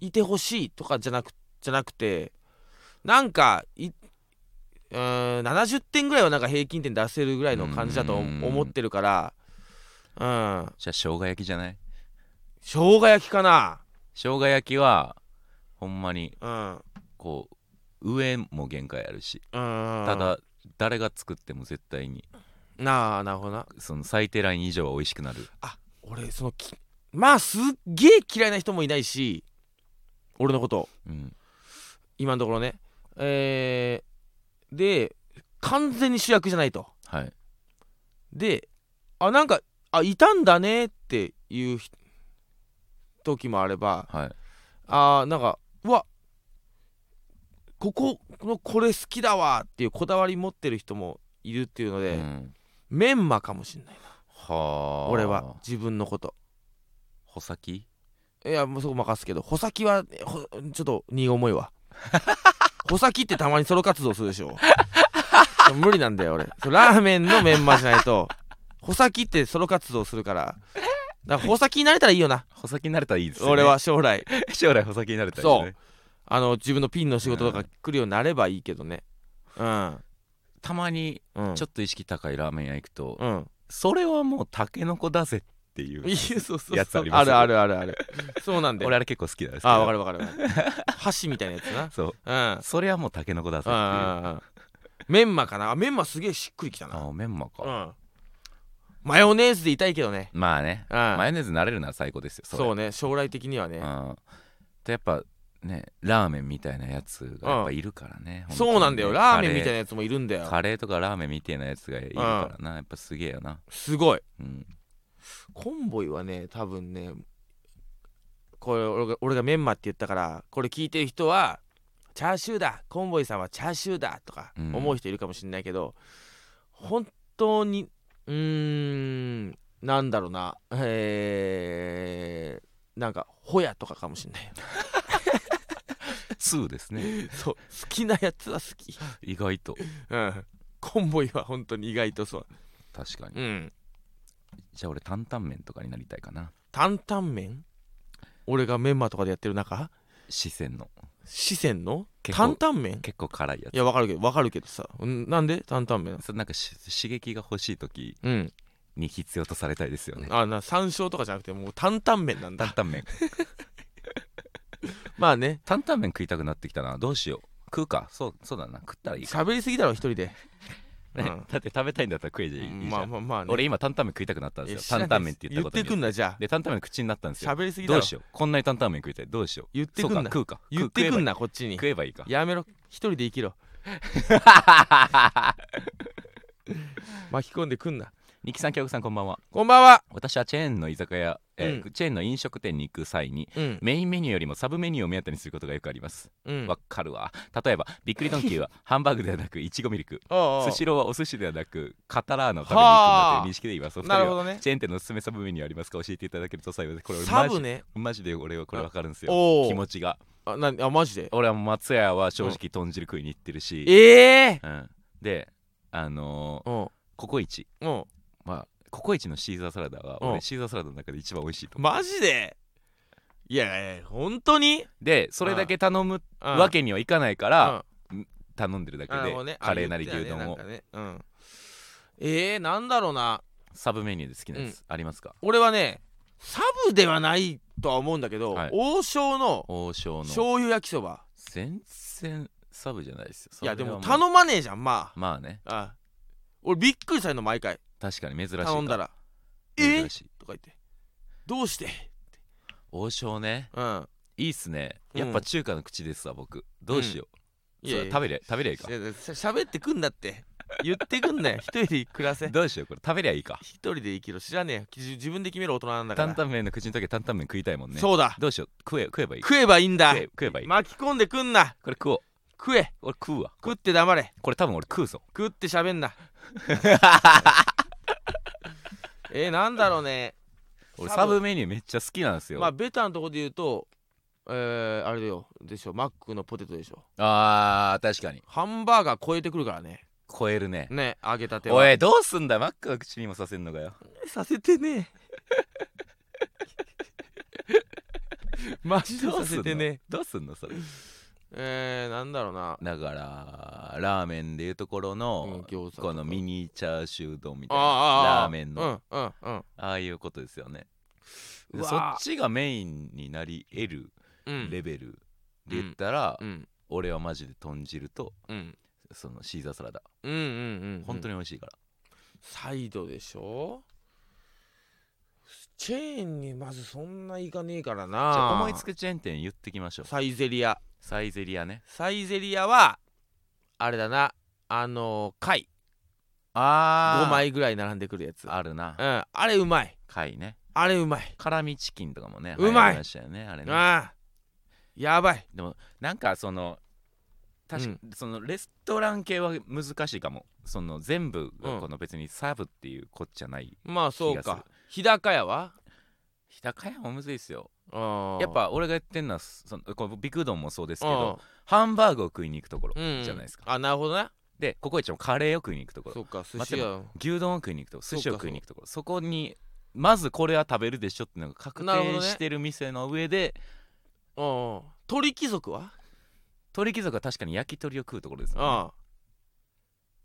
Speaker 2: いてほしいとかじゃなくじゃなくてなんかいうーん70点ぐらいはなんか平均点出せるぐらいの感じだと
Speaker 1: うん
Speaker 2: 思ってるからうん
Speaker 1: じゃあ生姜焼きじゃない
Speaker 2: 生姜焼きかな
Speaker 1: 生姜焼きはほんまに
Speaker 2: うん
Speaker 1: こう上も限界あるし
Speaker 2: うん
Speaker 1: ただ誰が作っても絶対に
Speaker 2: なあなるほどな
Speaker 1: その最低ライン以上は美味しくなる
Speaker 2: 俺そのきまあすっげえ嫌いな人もいないし俺のこと
Speaker 1: うん
Speaker 2: 今のところねえー、で完全に主役じゃないと
Speaker 1: はい
Speaker 2: であなんかあいたんだねっていうひ時もあれば
Speaker 1: はい
Speaker 2: あーなんかうわここのこれ好きだわっていうこだわり持ってる人もいるっていうので、
Speaker 1: うん
Speaker 2: メンマかもしんない
Speaker 1: はあ
Speaker 2: 俺は自分のこと
Speaker 1: 穂先
Speaker 2: いやもうそこ任すけど穂先はほちょっと荷重い
Speaker 1: <laughs>
Speaker 2: わ穂先ってたまにソロ活動するでしょ無理なんだよ俺そうラーメンのメンマじゃないと穂先ってソロ活動するからだから穂先になれたらいいよな
Speaker 1: 穂先になれたらいいですよね
Speaker 2: 俺は将来
Speaker 1: <laughs> 将来穂先になれたらいいですね
Speaker 2: あの自分のピンの仕事とか来るようになればいいけどねうん
Speaker 1: たまに
Speaker 2: うん
Speaker 1: ちょっと意識高いラーメン屋行くと、
Speaker 2: うん
Speaker 1: それはもうタケノコだぜってい
Speaker 2: いうやそうそうそう
Speaker 1: やつあり
Speaker 2: あ
Speaker 1: ます
Speaker 2: る
Speaker 1: よね
Speaker 2: あるあるあるそうなんだよ
Speaker 1: 俺あれ結構好きなんですけど
Speaker 2: あわかるわかるわかる箸みたいなやつな
Speaker 1: そう
Speaker 2: うん
Speaker 1: それはもうタケノコだぜっていうあ
Speaker 2: ああメンマかなあメンマすげえしっくりきたな
Speaker 1: あメンマか、
Speaker 2: うんマヨネーズでいたいけどね
Speaker 1: まあね、
Speaker 2: うん
Speaker 1: マヨネーズ慣れるなら最高ですよ
Speaker 2: そ
Speaker 1: れ
Speaker 2: うね将来的にはね
Speaker 1: うん、でやっぱねラーメンみたいなやつがやっぱいるからね、本当にね
Speaker 2: そうなんだよラーメンみたいな
Speaker 1: カレ
Speaker 2: やつもいるんだ
Speaker 1: ー
Speaker 2: よ
Speaker 1: カレーとかラーメンみたいなやつがいるからな、やっぱすげえよな、
Speaker 2: すごい
Speaker 1: うん、
Speaker 2: コンボイはね多分ねこれ俺が俺がメンマって言ったからこれ聞いてる人はチャーシューだコンボイさんはチャーシューだとか
Speaker 1: うん
Speaker 2: 思う人いるかもしれないけど、本当にうーんなんだろうなえー、なんかホヤとかかもしれないよ <laughs>
Speaker 1: ツーですね
Speaker 2: そう好きなやつは好き
Speaker 1: 意外と
Speaker 2: うんコンボイは本当に意外とそう
Speaker 1: 確かに、
Speaker 2: うん
Speaker 1: じゃあ俺担々麺とかになりたいかな
Speaker 2: 担々麺俺がメンマとかでやってる中
Speaker 1: 四川の
Speaker 2: 四川の
Speaker 1: 結構
Speaker 2: 担々麺
Speaker 1: 結構辛いやつ
Speaker 2: いやわかるけどわかるけどさんなんで担々麺
Speaker 1: それなんかし刺激が欲しい時
Speaker 2: うん
Speaker 1: に必要とされたいですよね
Speaker 2: あな山椒とかじゃなくてもう担々麺なん
Speaker 1: 担
Speaker 2: だ
Speaker 1: 々麺
Speaker 2: <laughs> まあね
Speaker 1: 担々麺食いたくなってきたなどうしよう食うかそうそうだな食ったらいいか、
Speaker 2: 喋りすぎだろ一人で、
Speaker 1: ね
Speaker 2: うん
Speaker 1: だって食べたいんだったら食えじゃいいじゃん、
Speaker 2: まあまあまあね
Speaker 1: 俺今担々麺食いたくなったん
Speaker 2: い
Speaker 1: で
Speaker 2: や
Speaker 1: す
Speaker 2: 知
Speaker 1: よ
Speaker 2: ら
Speaker 1: 担
Speaker 2: ない
Speaker 1: 々麺って言ったこと
Speaker 2: 言
Speaker 1: に
Speaker 2: ってくんなじゃ
Speaker 1: で担々麺口になったんです
Speaker 2: あ
Speaker 1: よ
Speaker 2: 喋りすぎだ
Speaker 1: ど
Speaker 2: ろ
Speaker 1: うしようこんなに担々麺食いたいどうしよう
Speaker 2: 言ってくん
Speaker 1: そう
Speaker 2: な
Speaker 1: か食うか
Speaker 2: 言ってくんなこっちに
Speaker 1: 食えばいいか
Speaker 2: やめろ一人で生
Speaker 1: <laughs>
Speaker 2: きろ巻き込んでくんな
Speaker 1: 二木さん京子さんこんばんは
Speaker 2: こんばんは
Speaker 1: 私はチェーンの居酒屋、えー
Speaker 2: う
Speaker 1: チェーンの飲食店に行く際に
Speaker 2: うん
Speaker 1: メインメニューよりもサブメニューを目当てにすることがよくあります
Speaker 2: うん
Speaker 1: わ、かるわ例えばびっくりドンキー
Speaker 2: <laughs>
Speaker 1: はハンバーグではなくいちごミルク
Speaker 2: おうおう
Speaker 1: スシローはお寿司ではなくカタラーの食べに行くんだという認識でいますお二人
Speaker 2: なる
Speaker 1: は
Speaker 2: ほどね
Speaker 1: チェーン店のおすすめサブメニューありますか教えていただけると幸いですこれ俺
Speaker 2: サ
Speaker 1: マジ,、
Speaker 2: ブね
Speaker 1: マジで俺はこれわかるんですよ
Speaker 2: おお
Speaker 1: 気持ちが
Speaker 2: あなあマジで
Speaker 1: 俺は松屋は正直豚汁食いに行ってるし、
Speaker 2: ええ
Speaker 1: うん、であのー
Speaker 2: うん
Speaker 1: ココイチ
Speaker 2: うん
Speaker 1: まあココイチのシーザーサラダは
Speaker 2: う
Speaker 1: 俺
Speaker 2: ん
Speaker 1: シーザーサラダの中で一番美味しいと思う
Speaker 2: マジでいやいや本当に
Speaker 1: でそれだけ頼む
Speaker 2: うん
Speaker 1: わけにはいかないか
Speaker 2: う
Speaker 1: ら
Speaker 2: ん
Speaker 1: 頼んでるだけ
Speaker 2: あもう
Speaker 1: で
Speaker 2: ね
Speaker 1: カレーなり
Speaker 2: あ言
Speaker 1: 牛
Speaker 2: ってた
Speaker 1: 丼を
Speaker 2: ねなんかねうんえー、なんだろうな
Speaker 1: サブメニューで好きなやつありますか
Speaker 2: 俺はねサブではないとは思うんだけど、
Speaker 1: はい
Speaker 2: 王将の
Speaker 1: 王将の
Speaker 2: 醤油焼きそば
Speaker 1: 全然サブじゃないですよ
Speaker 2: いやでも
Speaker 1: それはう
Speaker 2: 頼まねえじゃんま
Speaker 1: まあね
Speaker 2: ああ俺びっくりされるの毎回
Speaker 1: 確かに珍しいか
Speaker 2: 頼んだら「え
Speaker 1: 珍
Speaker 2: ー
Speaker 1: しい
Speaker 2: とか言って「どうして?
Speaker 1: 王将ね」
Speaker 2: うん
Speaker 1: いいっすねやっぱ中華の口ですわ僕どうしよう
Speaker 2: いやいや
Speaker 1: そう食べりゃ食べりゃいいか
Speaker 2: いやしゃ喋ってくんだって言ってくんなよ一人で暮らせ
Speaker 1: どうしようこれ食べりゃいいか
Speaker 2: 一人で生きろ知らねえよ自自分で決める大人なんだから
Speaker 1: 担々麺の口の時は担々麺食いたいもんね
Speaker 2: そうだ
Speaker 1: どうしよう食え食えばいい
Speaker 2: 食えばいいんだ
Speaker 1: 食え食えばいいこ
Speaker 2: 巻き込んでくんな
Speaker 1: れ食おう
Speaker 2: 食え
Speaker 1: 俺食うわ
Speaker 2: 食って黙れ
Speaker 1: これ多分俺食うぞ
Speaker 2: 食って喋
Speaker 1: <laughs>
Speaker 2: んなえー、なんだろうね
Speaker 1: 俺
Speaker 2: サブ
Speaker 1: サブメニューめっちゃ好きなんですよ
Speaker 2: まあベタなとこで言うとえー、あれだよでしょマックのポテトでしょ
Speaker 1: あー確かに
Speaker 2: ハンバーガー超えてくるからね
Speaker 1: 超えるね
Speaker 2: ね揚げたては
Speaker 1: おいどうすんだマックの口にもさせんのかよ
Speaker 2: させて
Speaker 1: <laughs>
Speaker 2: ねえマジで
Speaker 1: どうすん
Speaker 2: させ
Speaker 1: の
Speaker 2: てね
Speaker 1: どうすんのそれ
Speaker 2: ええー、なんだろうな
Speaker 1: だからラーメンでいうところ
Speaker 2: うん
Speaker 1: の
Speaker 2: 餃子とか
Speaker 1: このミニチャーシュー丼みた
Speaker 2: あ
Speaker 1: いな
Speaker 2: あああ
Speaker 1: ラーメンの
Speaker 2: うんうんうん
Speaker 1: ああいうことですよねで
Speaker 2: う
Speaker 1: そ
Speaker 2: わ
Speaker 1: っちがメインになり得る
Speaker 2: うん
Speaker 1: レベルで言ったら
Speaker 2: うん
Speaker 1: 俺はマジで豚汁と
Speaker 2: うん
Speaker 1: そのシーザーサラダ
Speaker 2: うんうんうん
Speaker 1: 本当
Speaker 2: に
Speaker 1: に美味しいから
Speaker 2: サイドでしょチェーンにまずそんないかねえから
Speaker 1: じゃあ
Speaker 2: な
Speaker 1: 思いつくチェーン店言ってきましょう
Speaker 2: サイゼリア
Speaker 1: サイゼリアね
Speaker 2: サイゼリアはあれだなあのー貝
Speaker 1: あ
Speaker 2: 5枚ぐらい並んでくるやつ
Speaker 1: あるな
Speaker 2: うん、あれうまい
Speaker 1: 貝ね
Speaker 2: あれうまい、
Speaker 1: 辛味チキンとかもね
Speaker 2: うまい
Speaker 1: 流行りしたよねあれね
Speaker 2: ああやばい
Speaker 1: でもなんかその確か、そのレストラン系は難しいかもその全部
Speaker 2: うん
Speaker 1: がこの別にサーブっていうこっちゃない、
Speaker 2: まあそう
Speaker 1: 気がす
Speaker 2: か
Speaker 1: る
Speaker 2: 日高屋は
Speaker 1: 日高屋もむずいですよや
Speaker 2: や
Speaker 1: っぱ俺が言ってんのはそのこうビクうどんもそうですけどハンバーグを食いに行くところじゃないですか、
Speaker 2: あなるほどな
Speaker 1: でココイチもカレーを食いに行くところ
Speaker 2: そうか寿司
Speaker 1: ま
Speaker 2: 屋
Speaker 1: 牛丼を食いに行くとこ
Speaker 2: そう
Speaker 1: 寿司
Speaker 2: か
Speaker 1: を食いに行くところそこにまずこれは食べるでしょっていうのが確
Speaker 2: なるほ
Speaker 1: 定
Speaker 2: どね
Speaker 1: してる店の上で、
Speaker 2: うんうん鳥貴族は
Speaker 1: 鳥貴族は確かに焼き鳥を食うところですもんね
Speaker 2: ああ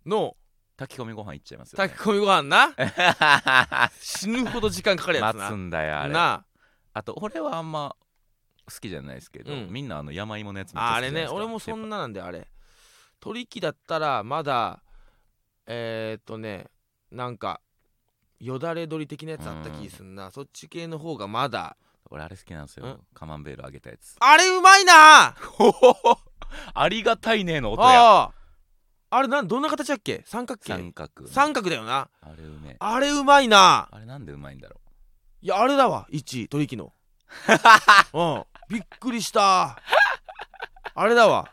Speaker 2: の
Speaker 1: 炊き込みご飯行っちゃいますよ、ね <laughs>
Speaker 2: 炊き、込みご飯な死ぬほど時間かかるやつ
Speaker 1: 待
Speaker 2: な
Speaker 1: つんだよあれ
Speaker 2: なあ
Speaker 1: あと俺はあんま好きじゃないですけど、
Speaker 2: うん
Speaker 1: みんなあの山芋のやつめっちゃ
Speaker 2: あ
Speaker 1: 好
Speaker 2: あ
Speaker 1: きじ
Speaker 2: れ
Speaker 1: ゃないで
Speaker 2: ね
Speaker 1: すか
Speaker 2: 俺もそ
Speaker 1: やっ
Speaker 2: んななんであれ取引だったらまだえー、っとねなんかよだれ鶏的なやつあった気すんな、そっち系の方がまだ
Speaker 1: ぱ俺あれ好きなんですよ、
Speaker 2: うん
Speaker 1: カマンベール揚げたやつ
Speaker 2: <laughs> あれうまいなあ
Speaker 1: ありがたいねの音や
Speaker 2: ああれなんどんな形だっけ三角形
Speaker 1: 三角
Speaker 2: 三角だよな
Speaker 1: あれうめえ
Speaker 2: あれうまいな
Speaker 1: あれなんでうまいんだろ
Speaker 2: いやあれだわ1位取引 <laughs> のうんびっくりしたあれだわ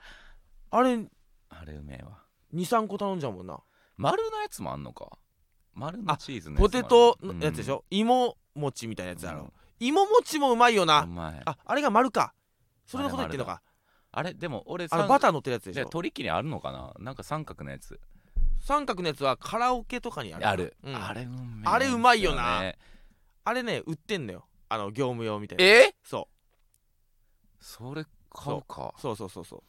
Speaker 2: あれ
Speaker 1: うあれうめえわ
Speaker 2: 23個頼んじゃうもんな
Speaker 1: 丸のやつもあんのか丸のチーズの
Speaker 2: ポ
Speaker 1: やつもあ
Speaker 2: テ
Speaker 1: る
Speaker 2: トのやつでし、ょ、芋餅みたいなやつだろ、芋餅もうまいよ
Speaker 1: うん
Speaker 2: な、
Speaker 1: うまいあ
Speaker 2: ああれが丸かそれのこと言ってんのか
Speaker 1: れでも俺
Speaker 2: あ
Speaker 1: 三
Speaker 2: のバター乗ってるやつで
Speaker 1: じ
Speaker 2: し
Speaker 1: ゃあ
Speaker 2: ょ
Speaker 1: 取り切りあるのかななんか三角のやつ
Speaker 2: 三角のやつはカラオケとかにある
Speaker 1: ある、
Speaker 2: うん
Speaker 1: あれうめえんですね
Speaker 2: あれうまいよなあれね売ってんのよあの業務用みたいな
Speaker 1: え
Speaker 2: そ
Speaker 1: それ買うか
Speaker 2: うそうそうそうそう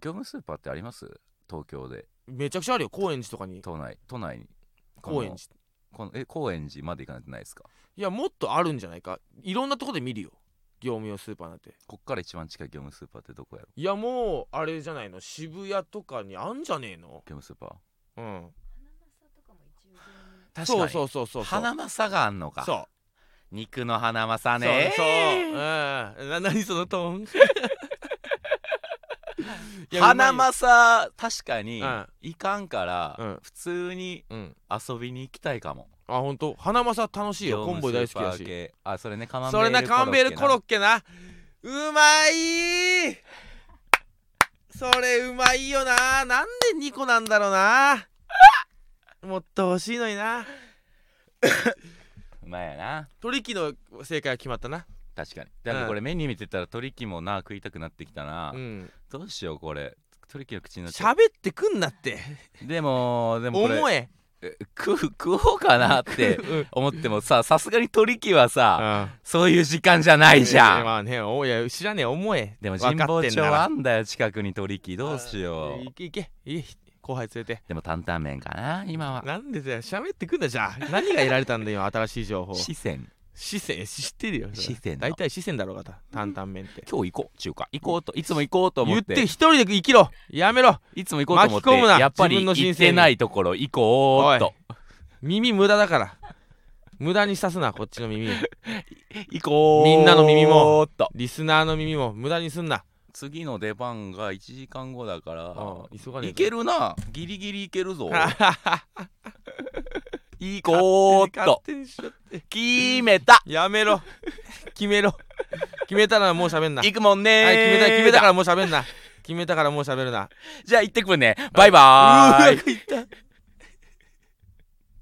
Speaker 1: 業務スーパーってあります東京で
Speaker 2: めちゃくちゃあるよ高円寺とかに
Speaker 1: 都内都内にこの
Speaker 2: 高円寺
Speaker 1: このえ高円寺まで行かないとないですか
Speaker 2: いやもっとあるんじゃないかいろんなとこで見るよ業務用スーパーなんて
Speaker 1: こっから一番近い業務スーパーってどこやろ
Speaker 2: いやもうあれじゃないの渋谷とかにあんじゃねえの
Speaker 1: 業務スーパ
Speaker 2: うん
Speaker 3: 花マサとかも一応業務
Speaker 1: ー
Speaker 2: そうそううそうそうそう
Speaker 1: 花まさがあんのか
Speaker 2: そう
Speaker 1: 肉の花まさ
Speaker 2: そう
Speaker 1: ね
Speaker 2: そう、うん、な何そのトーンいや
Speaker 1: 花
Speaker 2: う
Speaker 1: まさ確かに
Speaker 2: うん
Speaker 1: いかんから、
Speaker 2: うん
Speaker 1: 普通に
Speaker 2: まいうん
Speaker 1: 遊びに行きたいかも
Speaker 2: あ本当花まさ楽しいよコンボイ大好きだ
Speaker 1: 業務スーパー
Speaker 2: し
Speaker 1: 系あそれねカマンベー
Speaker 2: それ
Speaker 1: ル
Speaker 2: なカンベールコロ
Speaker 1: ッ
Speaker 2: ッケなうまいそれうまいよななんで2個なんだろうなもっと欲しいのにな
Speaker 1: ケうまいやな
Speaker 2: 取引の正解は決まったな
Speaker 1: 確かにだからこれメニュー見てたら鳥木もな食いたくなってきたな、
Speaker 2: うん
Speaker 1: どうしようこれ鳥木の口になっちゃ
Speaker 2: 喋ってくんなって
Speaker 1: うでもでもこれ
Speaker 2: 思え
Speaker 1: え食う食おうかなって
Speaker 2: うん
Speaker 1: 思ってもささすがに鳥木はさ
Speaker 2: あ
Speaker 1: そういう時間じゃないじゃん、
Speaker 2: まあねおいや知らねえ思え
Speaker 1: でも
Speaker 2: 分
Speaker 1: 神
Speaker 2: かっ
Speaker 1: 保
Speaker 2: てん
Speaker 1: 町
Speaker 2: なら
Speaker 1: あんだよ近くに鳥木どうしよ
Speaker 2: いうけいけいけ後輩連れて
Speaker 1: でも担々麺かな今は
Speaker 2: なんでだよ喋ってくんだじゃあ何が得られたんだよ今新しい情報
Speaker 1: 四川
Speaker 2: 四川知ってるよそれ
Speaker 1: 四川の
Speaker 2: 大体四川だろうがた担々麺って
Speaker 1: 今日行こう中華行こうといつも行こうと思
Speaker 2: 言
Speaker 1: っ
Speaker 2: って
Speaker 1: て
Speaker 2: 一人で生きろやめろ
Speaker 1: いつも行こうと思って
Speaker 2: 巻き込むな
Speaker 1: やっぱ
Speaker 2: 自
Speaker 1: り
Speaker 2: 分の
Speaker 1: 行
Speaker 2: 人
Speaker 1: っ
Speaker 2: 生に
Speaker 1: てないところ行こうと
Speaker 2: 耳無駄だから無駄にさすなこっちの耳
Speaker 1: 行こう
Speaker 2: みんなの耳も
Speaker 1: と
Speaker 2: リスナーの耳も無駄にすんな
Speaker 1: 次の出番が1時間後だから
Speaker 2: ああ急がねえ
Speaker 1: い
Speaker 2: <laughs>
Speaker 1: けるなギリギリいけるぞ行
Speaker 2: お
Speaker 1: こう
Speaker 2: 勝
Speaker 1: と
Speaker 2: 手にしろって
Speaker 1: 決めた
Speaker 2: やめろ決めろ決めたらもう喋んなはい
Speaker 1: 行くもんね
Speaker 2: 決めた決めたからもう喋んな決めたからもう喋るな
Speaker 1: じゃあ行ってくるねバイバーイ
Speaker 2: うわいった